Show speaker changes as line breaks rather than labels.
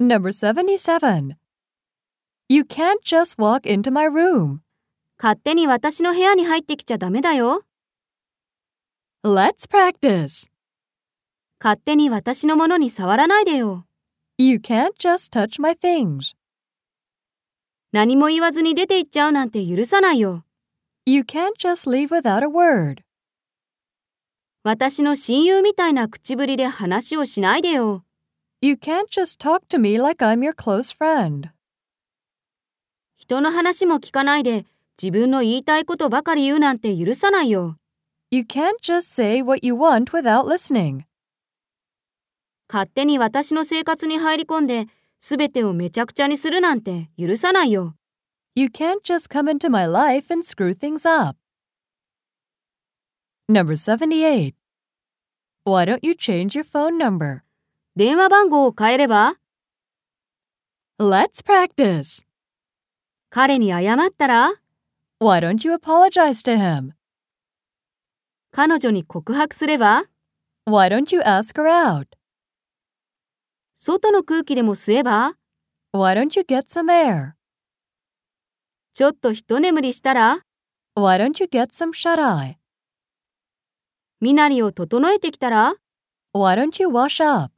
Number 77. You can't just walk into my room.
勝手に私の部屋に入ってきちゃダメだよ。
Let's practice.
勝手に私のものに触らないでよ。
You can't just touch my things.
何も言わずに出て行っちゃうなんて許さないよ。
You can't just leave without a word.
私の親友みたいな口ぶりで話をしないでよ。
You can't just talk to me like I'm your close friend.
人の話も聞かないで自分の言いたいことばかり言うなんて許さないよ。
You can't just say what you want without listening.
勝手に私の生活に入り込んで全てをめちゃくちゃにするなんて許さないよ。
You can't just come into my life and screw things up. Number 78. Why don't you change your phone number?
電話番号を変えれば
Let's practice.
彼に謝ったら
Why don't you apologize to him?
彼女に告白すれば
Why don't you ask her out?
外の空気でも吸えば
Why don't you get some air?
ちょっと一眠りしたら
Why don't you get some shut eye?
身なりを整えてきたら
Why don't you wash up?